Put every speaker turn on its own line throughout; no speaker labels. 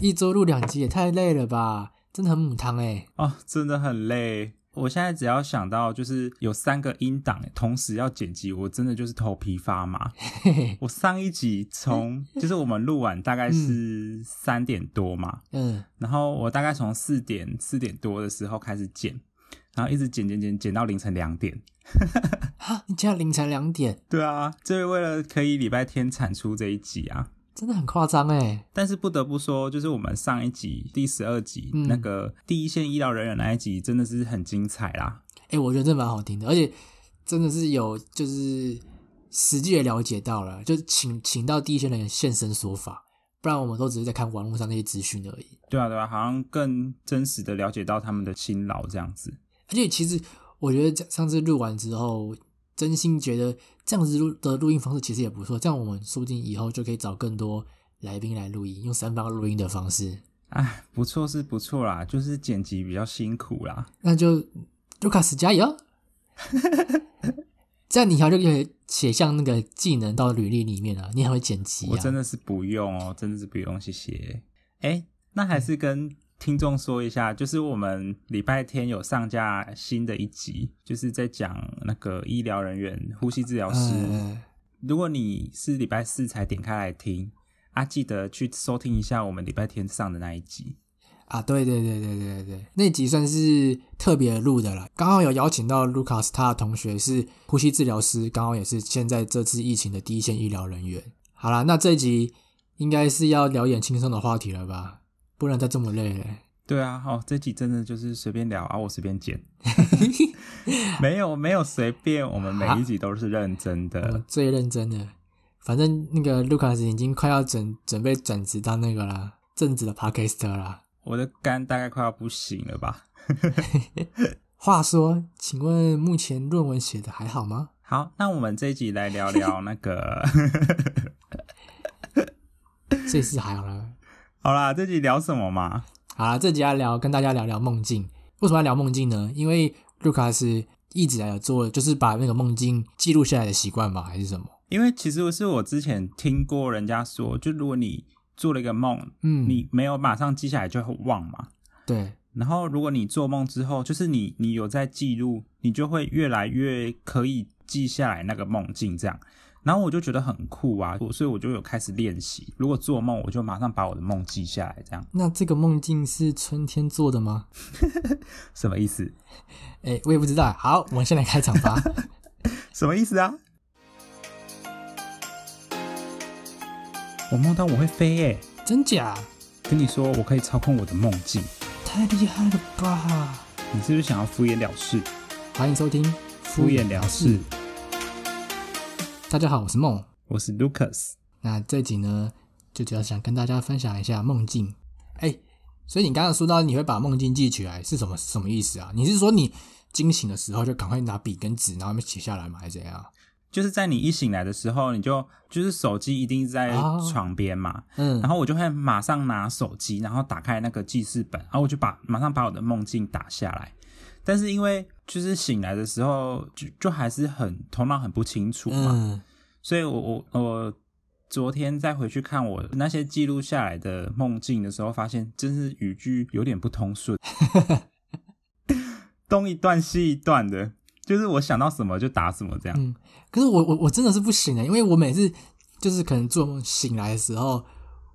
一周录两集也太累了吧，真的很母汤哎、
哦，真的很累。我现在只要想到就是有三个音档同时要剪辑，我真的就是头皮发麻。
嘿嘿，
我上一集从就是我们录完大概是三点多嘛，
嗯，
然后我大概从四点四点多的时候开始剪，然后一直剪剪剪剪到凌晨两点。
哈，你竟然凌晨两点，
对啊，就是为了可以礼拜天产出这一集啊。
真的很夸张哎，
但是不得不说，就是我们上一集第十二集、
嗯
那个第一线医疗人员那一集，真的是很精彩啦。
哎，我觉得真的蛮好听的，而且真的是有就是实际的了解到了，就请请到第一线人员现身说法，不然我们都只是在看网络上那些资讯而已。
对啊，对啊，好像更真实的了解到他们的辛劳这样子。
而且其实我觉得上次录完之后，真心觉得这样子录的录音方式其实也不错，这样我们说不定以后就可以找更多来宾来录音，用三方录音的方式，
哎，不错是不错啦，就是剪辑比较辛苦啦。
那就卢卡斯加 油！这样你以后就可以写上那个技能到履历里面了、啊，你很会剪辑、啊。
我真的是不用哦，真的是不用，谢谢。哎，那还是跟听众说一下，就是我们礼拜天有上架新的一集，就是在讲那个医疗人员、呼吸治疗师。
呃，
如果你是礼拜四才点开来听啊，记得去收听一下我们礼拜天上的那一集。
啊，对对对对对对，那集算是特别录的了。刚好有邀请到 Lucas，他的同学是呼吸治疗师，刚好也是现在这次疫情的第一线医疗人员。好啦，那这一集应该是要聊点轻松的话题了吧？不然再这么累 了。
对啊，哦，这集真的就是随便聊啊，我随便剪， 没有没有随便，我们每一集都是认真
我
的。
最认真的，反正那个 Lucas 已经快要准准备转职当那个啦，正职的 Podcaster 啦。
我的肝大概快要不行了吧？
话说，请问目前论文写的还好吗？
好，那我们这一集来聊聊那个，
这次还好了。
好啦，这集聊什么嘛？
好啦，这集要聊跟大家聊聊梦境。为什么要聊梦境呢？因为 Lucas 一直以来有做，就是把那个梦境记录下来的习惯吧，还是什么？
因为其实是我之前听过人家说，就如果你做了一个梦，
嗯，
你没有马上记下来就会忘嘛。
对，
然后如果你做梦之后，就是你你有在记录，你就会越来越可以记下来那个梦境这样。然后我就觉得很酷啊，我所以我就有开始练习。如果做梦，我就马上把我的梦记下来，这样
那这个梦境是春天做的吗？
什么意思？
哎，我也不知道。好，我们先来开场吧。
什么意思啊？我梦到我会飞耶、
真假？
跟你说我可以操控我的梦境，
太厉害了吧！
你是不是想要敷衍了事？
欢迎收听《
敷衍了事，
大家好，我是梦。
我是 Lucas。
那这集呢，就主要想跟大家分享一下梦境。哎，所以你刚刚说到你会把梦境记起来，是什么什么意思啊？你是说你惊醒的时候就赶快拿笔跟纸，然后写下来吗？还是怎样？
就是在你一醒来的时候，你就就是手机一定在
哦
床边嘛，
嗯
然，后我就会马上拿手机，然后打开那个记事本，然后我就把马上把我的梦境打下来。但是因为就是醒来的时候，就就还是很头脑很不清楚嘛，
嗯，
所以我我我昨天再回去看我那些记录下来的梦境的时候，发现真是语句有点不通顺，东一段西一段的，就是我想到什么就打什么这样。
可是我我我真的是不行欸的，因为我每次就是可能做梦醒来的时候，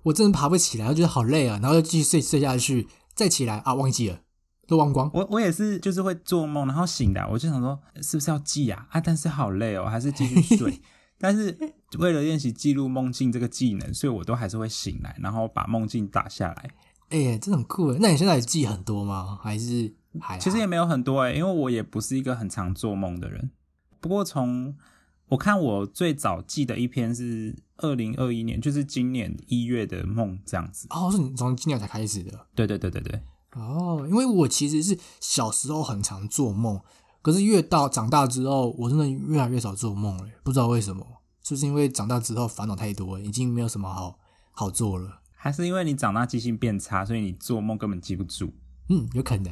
我真的爬不起来，我觉得好累啊，然后就继续睡睡下去，再起来啊，忘记了，都忘光。
我我也是，就是会做梦，然后醒来，我就想说呃是不是要记啊？啊，但是好累哦，还是继续 睡。但是为了练习记录梦境这个技能，所以我都还是会醒来，然后把梦境打下来。
哎，这很酷耶。那你现在有记很多吗？还是还好
其实也没有很多诶、欸因为我也不是一个很常做梦的人。不过从我看，我最早记的一篇是二零二一年，就是今年一月的梦这样子。
哦，是你从今年才开始的。
对对对对对，
哦，因为我其实是小时候很常做梦，可是越到长大之后，我真的越来越少做梦了，不知道为什么，是不是因为长大之后烦恼太多了，已经没有什么好好做了？
还是因为你长大记性变差，所以你做梦根本记不住。
嗯，有可能。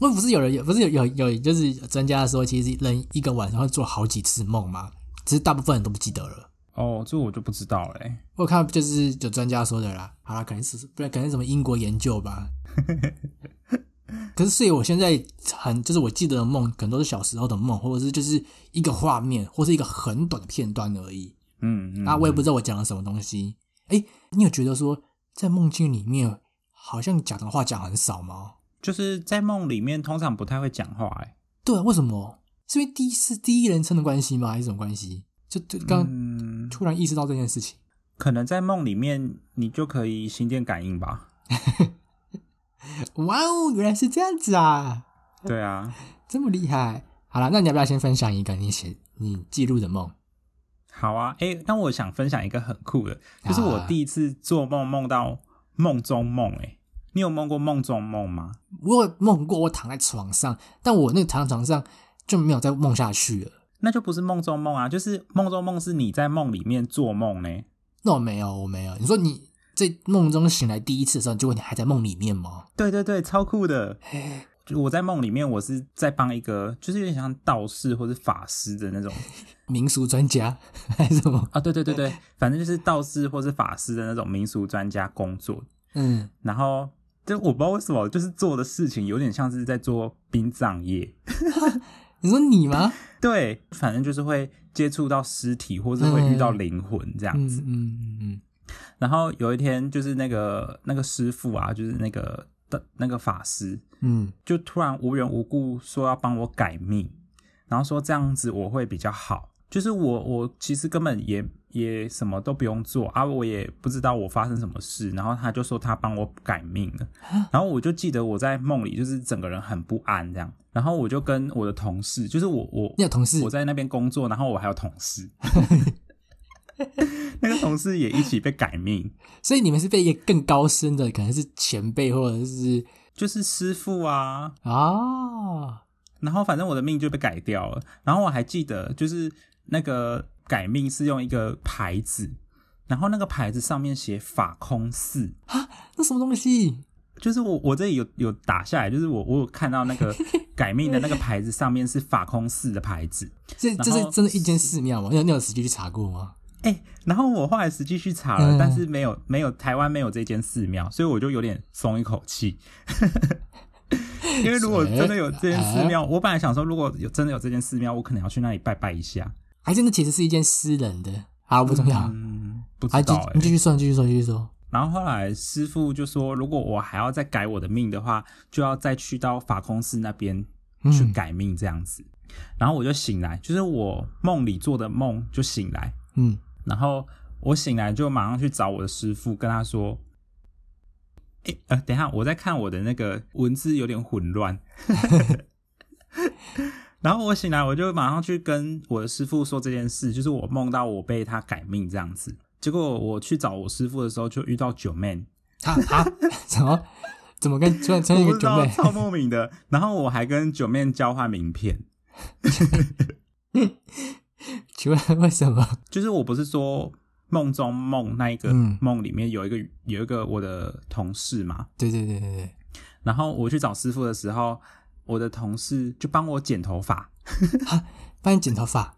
因为不是有人有，不是有有有，就是专家说，其实人一个晚上会做好几次梦嘛，只是大部分人都不记得了。
哦，这我就不知道欸嘞、
我有看就是有专家说的啦，好啦，可能是不然，可能是什么英国研究吧。 可是，所以我现在很就是我记得的梦，可能都是小时候的梦，或者是就是一个画面，或是一个很短的片段而已。
嗯嗯，
啊，我也不知道我讲了什么东西。哎、你有觉得说在梦境里面好像讲的话讲很少吗？
就是在梦里面通常不太会讲话、欸，
对啊，为什么？是因为第一是第一人称的关系吗？还是什么关系？就就刚
嗯，
突然意识到这件事情。
可能在梦里面你就可以心电感应吧。
哇哦，原来是这样子啊！
对啊，
这么厉害。好了，那你要不要先分享一个你写你记录的梦？
好啊，哎、那我想分享一个很酷的，就是我
啊
第一次做梦梦到梦中梦，哎，你有梦过梦中梦吗？
我有梦过我躺在床上，但我那个躺在床上就没有再梦下去了。
那就不是梦中梦啊，就是梦中梦是你在梦里面做梦欸呢。
那我没有，我没有。你说你在梦中醒来第一次的时候，结果你还在梦里面吗？
对对对，超酷的。就我在梦里面，我是在帮一个，就是有点像道士或是法师的那种
民俗专家 还是什么？
啊，对对对对，反正就是道士或是法师的那种民俗专家工作。
嗯，
然后，就我不知道为什么，就是做的事情有点像是在做殡葬业。
你说你吗？
对，反正就是会接触到尸体，或是会遇到
嗯
灵魂这样
嗯
子。
嗯嗯嗯，
然后有一天，就是那个那个师傅啊，就是那个的那个法师，
嗯，
就突然无缘无故说要帮我改命，然后说这样子我会比较好。就是我我其实根本也也什么都不用做啊，我也不知道我发生什么事，然后他就说他帮我改命了，然后我就记得我在梦里就是整个人很不安这样，然后我就跟我的同事，就是我我
你有同事
我在那边工作，然后我还有同 事，那个同事也一起被改命，
所以你们是被一个更高深的，可能是前辈或者是
就是师傅啊，
啊，
然后反正我的命就被改掉了。然后我还记得，就是那个改命是用一个牌子，然后那个牌子上面写“法空寺
那什么东西？”，
就是我我这里有有打下来，就是我我有看到那个改命的那个牌子上面是法空寺的牌子。
这这
然
是
后
真的一间寺庙吗？你有你有实际去查过吗？
哎、然后我后来实际去查了，
嗯
但是没有没有台湾没有这间寺庙，所以我就有点松一口气。 因为如果真的有这间寺庙，我本来想说，如果有真的有这间寺庙，我可能要去那里拜拜一下。
还真的其实是一间私人的啊，不重要。
嗯，不
啊，继
知道哎、
你继续说，你继续说，继续说。
然后后来师傅就说，如果我还要再改我的命的话，就要再去到法空寺那边去
嗯
改命这样子。然后我就醒来，就是我梦里做的梦就醒来，
嗯，
然后我醒来就马上去找我的师傅，跟他说。诶呃，等一下，我在看我的那个文字有点 混乱。 然后我醒来，我就马上去跟我的师傅说这件事，就是我梦到我被他改命这样子。结果我去找我师傅的时候，就遇到九妹，
他啊，什么？怎么跟突然穿一
我
个
不知
九
道
妹？
超莫名的。然后我还跟九妹交换名片，
请问为什么？
就是我不是说梦中梦那一个
嗯
梦里面有一个有一个我的同事嘛，
对对对对对，
然后我去找师傅的时候，我的同事就帮我剪头发。
帮你剪头 发，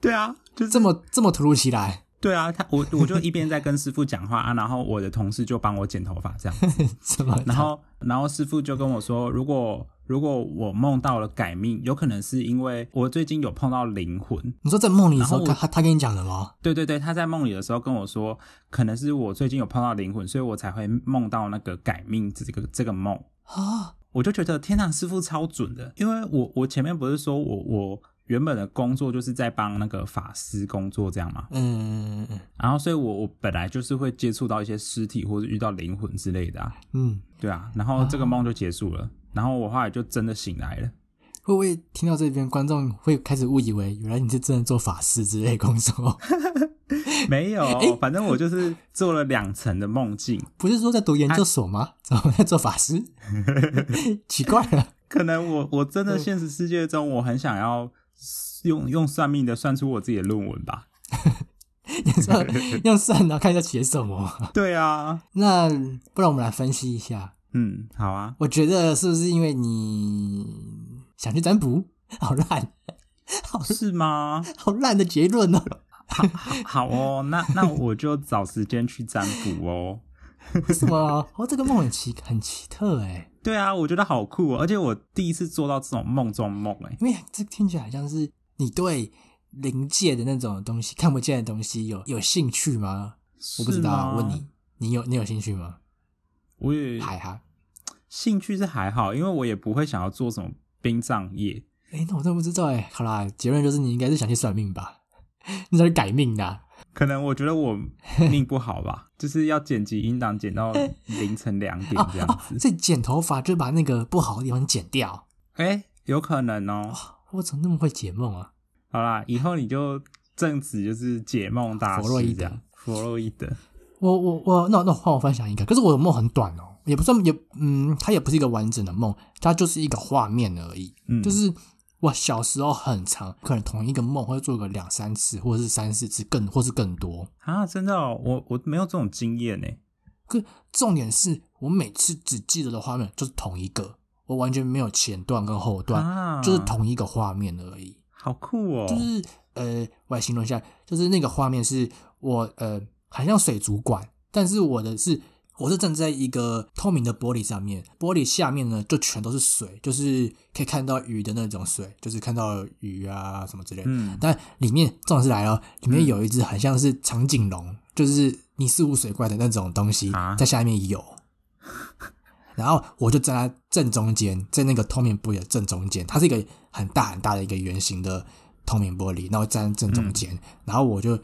对啊，就是
这么这么突如其来，
对啊，他我我就一边在跟师傅讲话 啊，然后我的同事就帮我剪头发这样 子，
什么？
然后然后师傅就跟我说，如果如果我梦到了改命，有可能是因为我最近有碰到灵魂。
你说在梦里的时候，
然后
他
我
他他跟你讲了吗？
对对对，他在梦里的时候跟我说，可能是我最近有碰到灵魂，所以我才会梦到那个改命这个这个梦。
啊，
我就觉得天堂师傅超准的，因为我我前面不是说我我原本的工作就是在帮那个法师工作这样嘛，
嗯嗯嗯
然后所以我我本来就是会接触到一些尸体或者遇到灵魂之类的啊，
嗯，
对啊，然后这个梦就结束了，然后我后来就真的醒 来了，
会不会听到这边观众会开始误以为原来你是真的做法师之类的工作？
没有，反正我就是做了两层的梦境，
不是说在读研究所 吗？怎么在做法师？ 奇怪了，
可能我我真的现实世界中我很想要用用算命的算出我自己的论文吧，
你说 用算然后看一下写什么？
对啊，
那不然我们来分析一下，
嗯，好啊，
我觉得是不是因为你 想去占卜？好烂，
是吗？
好烂的结论哦！
好 好哦，那那我就找时间去占卜哦。
为什么？哦，这个梦很奇很奇特哎，
对啊，我觉得好酷、哦，而且我第一次做到这种梦中梦、欸，哎，
因为这听起来好像是你对灵界的那种东西、看不见的东西有有兴趣吗？我不知道啊，问你，你有你有兴趣吗？
我也
海哈，
兴趣是还好，因为我也不会想要做什么殡葬业。
哎，那我真不知道哎。好啦，结论就是你应该是想去算命吧？ 你想去改命的啊、
可能我觉得我命不好 吧，就是要剪辑音档剪到凌晨两点这 样
哦
子。
所以剪头发就把那个不好的地方剪掉。
哎、有可能哦。
我怎么那么会解梦啊？
好啦，以后你就正职就是解梦大师
弗洛伊德
这样，弗洛伊德。
我我我，那那换我分享一个，可是我的梦很短哦，也不算也嗯，它也不是一个完整的梦，它就是一个画面而已。
嗯
就是我小时候很长，可能同一个梦会做个两三次，或者是三四次更，或是更多。
啊，真的、哦，我我没有这种经验欸呢。
可重点是我每次只记得的画面就是同一个，我完全没有前段跟后段，
啊，
就是同一个画面而已。
好酷哦，
就是呃，我来形容一下，就是那个画面是我呃，很像水族馆，但是我的是我是站在一个透明的玻璃上面，玻璃下面呢就全都是水，就是可以看到鱼的那种水，就是看到鱼啊什么之类的。
嗯，
但里面重点是来了，哦里面
嗯
有一只很像是长颈龙，就是尼斯湖水怪的那种东西
啊，
在下面游。然后我就站在正中间，在那个透明玻璃的正中间，它是一个很大很大的一个圆形的透明玻璃，然后站在正
嗯
中间，然后我就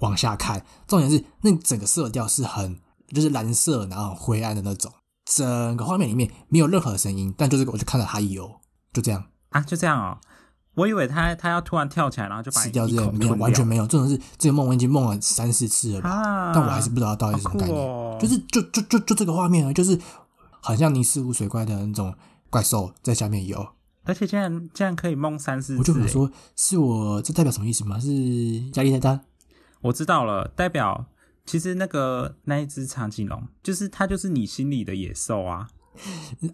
往下看，重点是那整个色调是很就是蓝色，然后很灰暗的那种，整个画面里面没有任何声音，但就是我就看到它游，就这样。
啊，就这样哦。我以为他他要突然跳起来，然后就把
吃
你
掉
一
这个
口
没有，
吞
完全
掉
没有。这种是这个梦我已经梦了三四次了吧，
啊，
但我还是不知道到底是什么概念。
好酷哦
就是就就就就这个画面啊，就是很像尼斯湖水怪的那种怪兽在下面游，
而且竟然竟然可以梦三四次，欸
我就想，说，是我这代表什么意思吗？是压力太大？
我知道了，代表其实那个那一只长颈龙，就是它就是你心里的野兽啊。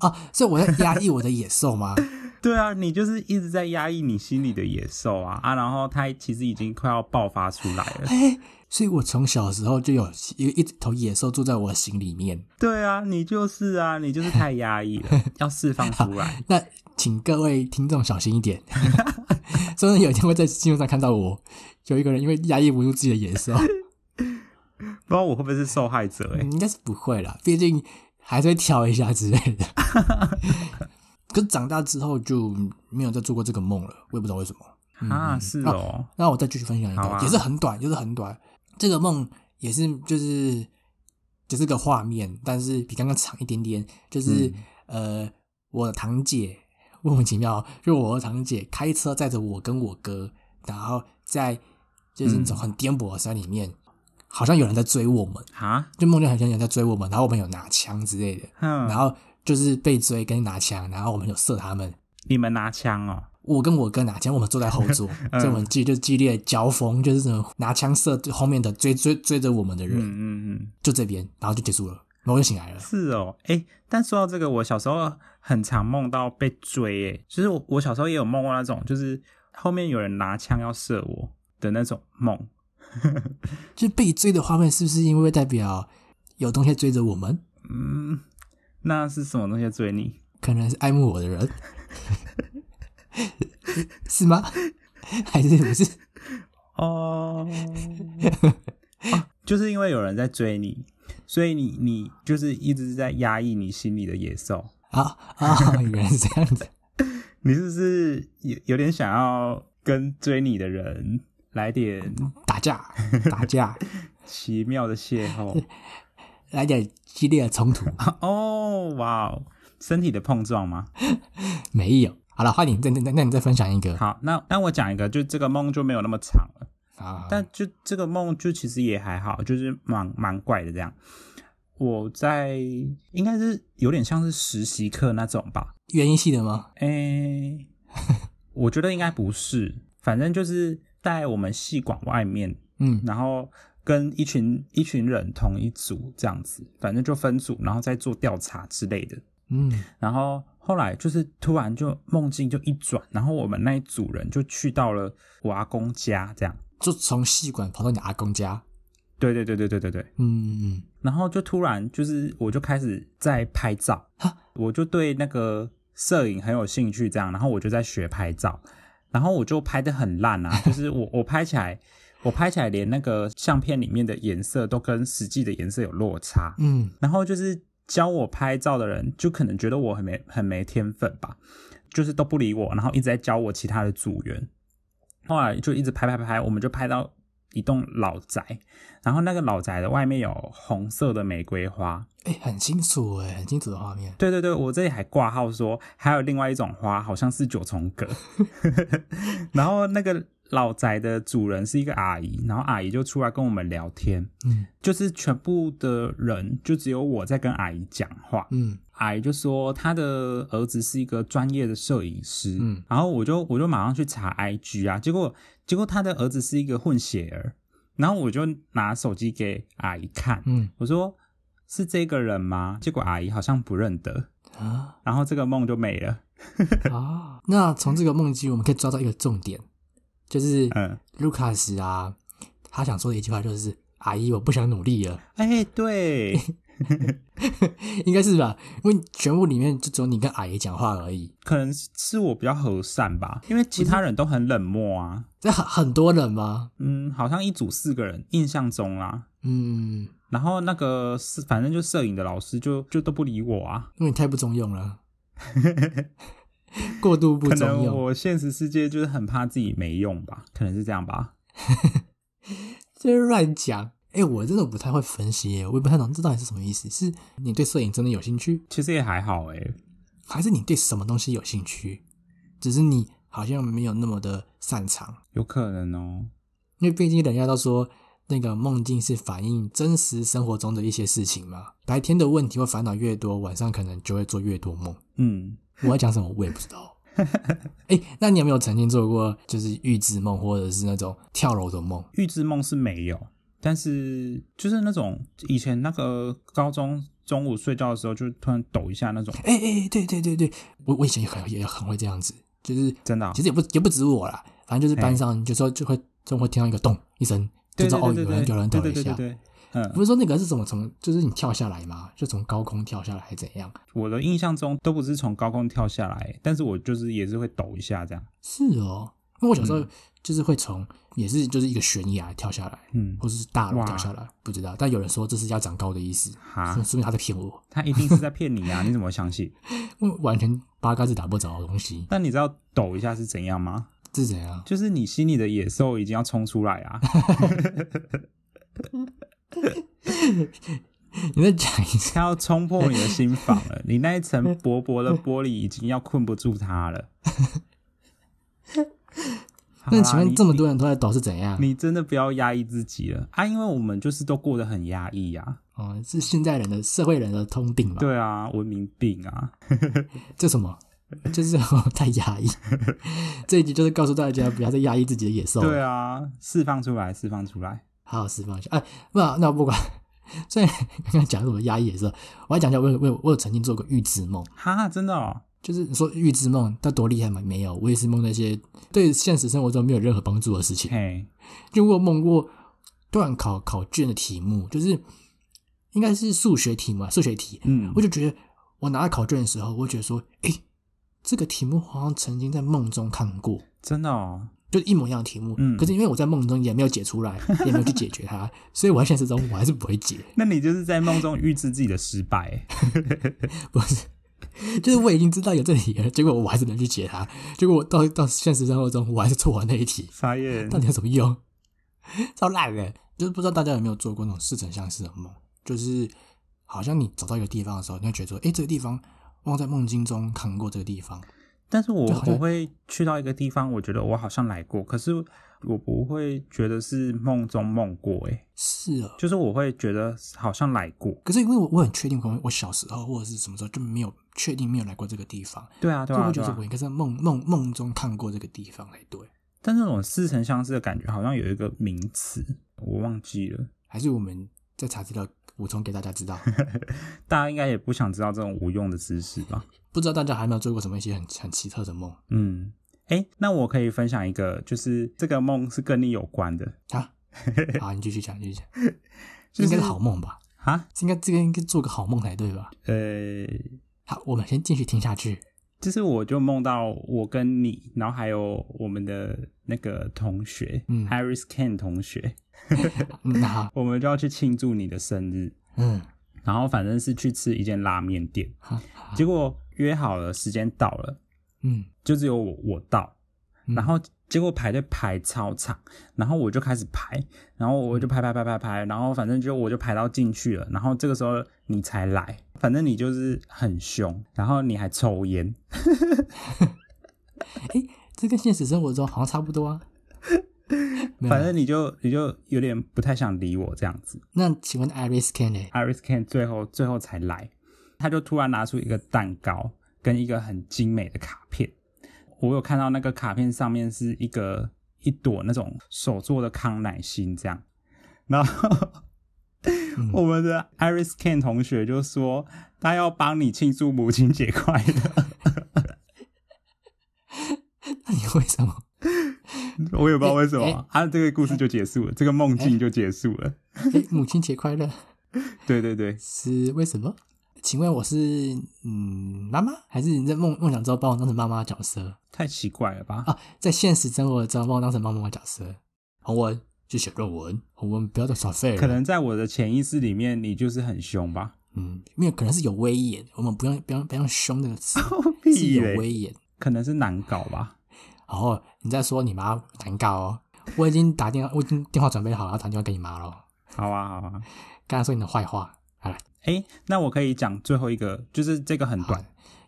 啊，所以我在压抑我的野兽吗？
对啊，你就是一直在压抑你心里的野兽啊啊！然后它其实已经快要爆发出来 了。
哎，所以我从小时候就有一一头野兽住在我的心里面。
对啊，你就是啊，你就是太压抑了，要释放出来。
那请各位听众小心一点， 真的有一天会在新闻上看到我有一个人因为压抑不住自己的野兽。
不知道我会不会是受害者哎、
嗯应该是不会啦，毕竟还是会调一下之类 的。可是长大之后就没有再做过这个梦了，我也不知道为什么。
啊，是哦，
那我再继续分享一个，
好啊
也是很短，就是很短。这个梦也是就是只是个画面，但是比刚刚长一点点。就是、
嗯
呃，我的堂姐莫名其妙哦，就我的堂姐开车载着我跟我哥，然后在就是
嗯
那种很颠簸的山里面，好像有人在追我们。
啊，
就梦见很像有人在追我们，然后我们有拿枪之类的，然
嗯，
后就是被追跟拿枪，然后我们有射他们。
你们拿枪哦，
我跟我哥拿枪，我们坐在后座，
嗯
所以我们激就激烈交锋，就是什么拿枪射后面的追追追着我们的
嗯
人，
嗯嗯，
就这边，然后就结束了，然后我就醒来了。
是哦，哎、但说到这个，我小时候很常梦到被追、哎，就是我我小时候也有梦过那种，就是后面有人拿枪要射我的那种梦，
就被追的画面是不是因为代表有东西在追着我们？
嗯，那是什么东西在追你？
可能是爱慕我的人， 是吗？ 还是不是？
哦，啊就是因为有人在追你，所以你你就是一直在压抑你心里的野兽。
啊啊，原来是这样子。
你是不是有有点想要跟追你的人来点
打架，打架，
奇妙的邂逅？
来点激烈的冲 突。啊
哦，哇哦，身体的碰撞吗？
没有。好了，换你，那那那那你再分享一个
好，那那我讲一个，就这个梦就没有那么长了，
啊。
但就这个梦就其实也还好，就是蛮蛮怪的这样。我在应该是有点像是实习课那种吧，
原因系的吗？
诶、我觉得应该不是，反正就是在我们系馆外面，
嗯
然后跟一群一群人同一组这样子，反正就分组，然后再做调查之类的。
嗯，
然后后来就是突然就梦境就一转，然后我们那一组人就去到了我阿公家这样，
就从戏馆跑到你阿公家，
对对对对对对对。
嗯嗯
然后就突然就是我就开始在拍照
哈，
我就对那个摄影很有兴趣，这样，然后我就在学拍照，然后我就拍的很烂啊，就是我我拍起来，我拍起来连那个相片里面的颜色都跟实际的颜色有落差，
嗯
然后就是教我拍照的人就可能觉得我很没很没天分吧，就是都不理我，然后一直在教我其他的组员，后来就一直拍拍拍，我们就拍到一栋老宅，然后那个老宅的外面有红色的玫瑰花。
哎、诶很清楚哎、很清楚的画面。
对对对，我这里还挂号说还有另外一种花，好像是九重葛。 然后那个老宅的主人是一个阿姨，然后阿姨就出来跟我们聊天，
嗯
就是全部的人就只有我在跟阿姨讲话。
嗯
阿姨就说她的儿子是一个专业的摄影师，
嗯
然后我就我就马上去查 IG 啊，结果结果他的儿子是一个混血儿，然后我就拿手机给阿姨看，
嗯
我说是这个人吗？结果阿姨好像不认得，
啊
然后这个梦就没了。
啊！那从这个梦境，我们可以抓到一个重点，就是
嗯，
卢卡斯啊，他想说的一句话就是：“阿姨，我不想努力了。
哎、对，”
应该是吧？因为全部里面就只有你跟阿姨讲话而已。
可能是我比较和善吧，因为其他人都很冷漠啊。
这很很多人吗？
嗯，好像一组四个人，印象中啦。
嗯，
然后那个是，反正就摄影的老师就就都不理我啊，
因为你太不中用了， 过度不
可
中
能
用。
我现实世界就是很怕自己没用吧，可能是这样吧。
就是乱讲。哎、我真的不太会分析耶，我也不太懂这到底是什么意思。是你对摄影真的有兴趣，
其实也还好欸诶、
还是你对什么东西有兴趣？只是你好像没有那么的擅长，
有可能哦、
因为毕竟人家都说那个梦境是反映真实生活中的一些事情嘛。白天的问题或烦恼越多，晚上可能就会做越多梦。
嗯，
我要讲什么我也不知道。 哎、那你有没有曾经做过就是预知梦，或者是那种跳楼的梦？
预知梦是没有，但是就是那种以前那个高中中午睡觉的时候，就突然抖一下那种，
哎、哎、对对对对，我我以前也很也很会这样子，就是
真的啊、
其实也不也不止我啦，反正就是班
哎
上就说就会就会听到一个咚一声，就
对
知道
对
哦
对
有
对
人有
对
人
对
抖
对
了一
对对
下。
对，嗯，
不是说那个是怎么从就是你跳下来嘛，就从高空跳下来还是怎样？
我的印象中都不是从高空跳下来，但是我就是也是会抖一下这样，
是哦，因为我小时
嗯
候就是会从也是就是一个悬崖跳下来，
嗯，
或是大楼
哇啊
跳下来，不知道。但有人说这是要长高的意思，
哈
说，说明他在骗我，
他一定是在骗你啊，你怎么会相信？
因为完全八竿子打不着的东西，
但你知道抖一下是怎样吗？
这是怎样？
就是你心里的野兽已经要冲出来 啊！
你再讲一 次。
他要冲破你的心房了，你那一层薄薄的玻璃已经要困不住 他了。好啦
那请问
啊你
这么多人都在抖是怎样？
你真的不要压抑自己了啊！因为我们就是都过得很压抑啊，
哦，是现代人的社会人的通病吧？
对啊，文明病啊，
这什 么？就是我太压抑。这一集就是告诉大家不要再压抑自己的野兽。
对啊，释放出来，释放出来，
好好释放一下。哎、那那我不管。 虽然刚刚讲什么压抑野兽，我要讲一下我有我有我有曾经做过预知梦，
哈，真的哦，
就是你说预知梦它多厉害吗？没有，我也是梦那些对现实生活中没有任何帮助的事情。
嘿，
就我有梦过段考考卷的题目，就是应该是数学题嘛，数学题，
嗯
我，就觉得我拿到考卷的时候，我就觉得说，诶、这个题目好像曾经在梦中看过，
真的哦，
就一模一样的题目。
嗯
可是因为我在梦中也没有解出来，也没有去解决它，所以我在现实中我还是不会解，
那你就是在梦中预知自己的失败、欸
不是。就是我已经知道有这题了，结果我还是能去解它，结果我到到现实生活中我还是错完那一题，
傻眼
到，底有什么用？超烂的，就是不知道大家有没有做过那种似曾相识的梦，就是好像你走到一个地方的时候，你会觉得说，诶、这个地方我好像在梦境中看过这个地方，
但是我
就好像
我会去到一个地方，我觉得我好像来过，可是我不会觉得是梦中梦过、欸，
是哦，
就是我会觉得好像来过。
可是因为我我很确定，可能我小时候或者是什么时候就没有确定没有来过这个地方，
对啊，对
所以
啊，
我
对
觉得
啊
我。应该在梦梦梦中看过这个地方才对。
但那种似曾相识的感觉，好像有一个名词，我忘记了。
还是我们在查资料补充给大家知道，
大家应该也不想知道这种无用的知识吧？
不知道大家还有没有做过什么一些很很奇特的梦？
嗯，哎，那我可以分享一个，就是这个梦是跟你有关的
啊。 好，你继续讲，继续讲，
就是
应该是好梦吧？
啊。
应该这个应该做个好梦才对吧？
呃，
好，我们先继续听下去。
就是我就梦到我跟你，然后还有我们的那个同学、
嗯
Harris Ken 同学，
嗯，好，
我们就要去庆祝你的生日，
嗯，
然后反正是去吃一间拉面店，
好，
结果约好了时间到了，
嗯，
就只有我我到，
嗯
然后结果排队排超长，然后我就开始排，然后我就排排排排排，然后反正就我就排到进去了，然后这个时候你才来，反正你就是很凶，然后你还抽烟，
这跟现实生活中好像差不多啊。没有
反正你就你就有点不太想理我这样子。
那请问 Iris Can 呢？
Iris Ken 最后最后才来，他就突然拿出一个蛋糕跟一个很精美的卡片。我有看到那个卡片上面是一个一朵那种手做的康乃馨这样，然后我们的 Iris Ken 同学就说他要帮你庆祝母亲节快乐，
那你为什 么？
我也不知道为什么、
哎哎
啊，这个故事就结束了，这个梦境就结束了。
哎，母亲节快乐
对对对，
是为什么？请问我是嗯妈妈，还是你在梦梦想中把我当成妈妈的角色
太奇怪了吧？
啊？在现实生活中把我当成妈妈的角色？洪文去写论文，洪文不要再耍废了。
可能在我的潜意识里面，你就是很凶吧？
嗯，没有，可能是有威严。我们不用不用不用凶这个 词，是
屁
有
嘞
威严。
可能是难搞吧。
然后你再说你妈难搞哦，我已经打电话，我已经电话准备好了，要打电话给你妈了。
好啊，好啊。
刚才说你的坏话，好了，
哎，那我可以讲最后一个，就是这个很短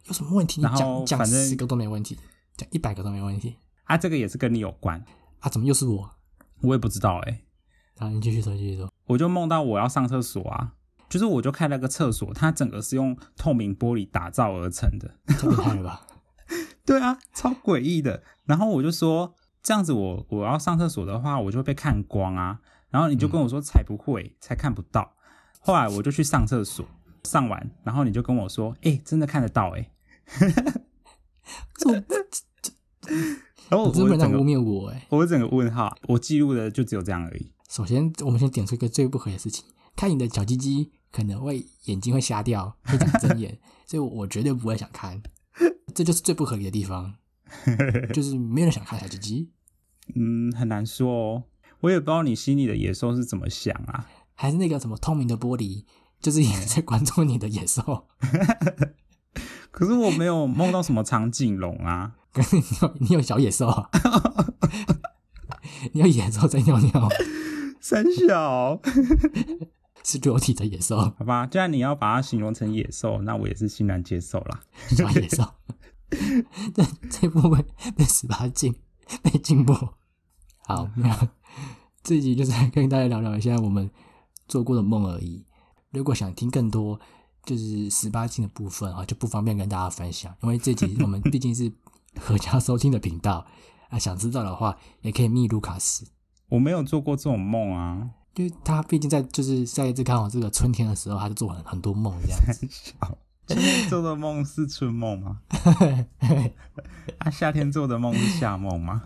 有什么问题你
然后
讲讲
反正
十个都没问题，讲一百个都没问题
啊，这个也是跟你有关，
啊？怎么又是我？
我也不知道哎、
然后你继续说，继续说。
我就梦到我要上厕所啊，就是我就开了个厕所，它整个是用透明玻璃打造而成的，
太变态了 吧？
对啊，超诡异的。然后我就说，这样子我我要上厕所的话，我就会被看光啊。然后你就跟我说才不会，才看不到。后来我就去上厕所，上完，然后你就跟我说，哎、真的看得到哎、
这
然后
哦
我
你真不
我
能
整
在污
个
蔑我哎、
我整个问号，我记录的就只有这样而已。
首先，我们先点出一个最不合理的事情：看你的小鸡鸡可能会眼睛会瞎掉，会长针 眼，所以我绝对不会想看。这就是最不合理的地方，就是没有人想看小鸡鸡，
嗯，很难说哦。我也不知道你心里的野兽是怎么想啊。
还是那个什么透明的玻璃，就是也在关注你的野兽。
可是我没有梦到什么长颈龙啊，
可是你有你有小野兽啊？ 你有野兽在尿尿，
三小。
是裸体的野兽，
好吧，既然你要把它形容成野兽，那我也是欣然接受啦。
小野 兽。这这部分被十八禁， 被禁播。好，没有，这一集就是来跟大家聊聊一下我们做过的梦而已。如果想听更多就是十八禁的部分啊，就不方便跟大家分享，因为这集我们毕竟是合家收听的频道 啊。想知道的话，也可以密卢卡斯，
我没有做过这种梦 啊，
因为他毕竟在就是在这刚好这个春天的时候，他就做很很多梦这样子。
小今天做的梦是春梦吗？啊，夏天做的梦是夏梦吗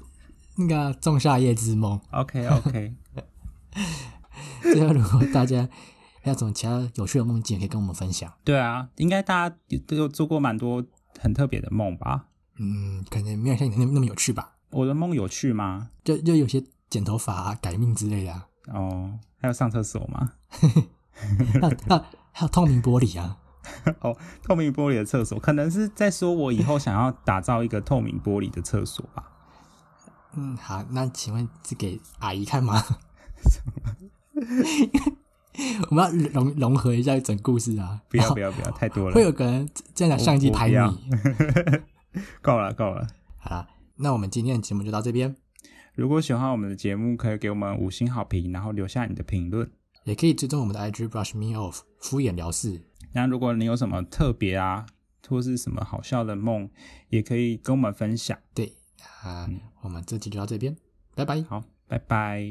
那个仲夏夜之梦。
？OK OK，
最啊后，如果大家还有什么其他有趣的梦境，也可以跟我们分享。
对啊，应该大家都有做过蛮多很特别的梦吧？
嗯，可能没有像你那么那么有趣吧，
我的梦有趣吗？
就就有些剪头发、啊、改命之类的、啊，
哦，还有上厕所吗？
还有还有还有透明玻璃啊，
哦，透明玻璃的厕所，可能是在说我以后想要打造一个透明玻璃的厕所吧。
嗯，好，那请问是给阿姨看吗？ 我们要融融合一下整故事啊，
不要不要不要，太多 了，
会有个人这样拿相机
我
拍
我
你。
够了够了。
好啦，那我们今天的节目就到这边，
如果喜欢我们的节目，可以给我们五星好评，然后留下你的评论。
也可以追踪我们的 IG brush me off 敷衍了事，
那如果你有什么特别啊，或是什么好笑的梦，也可以跟我们分享。嗯
对，啊，我们这期就到这边，拜拜。
好，拜拜。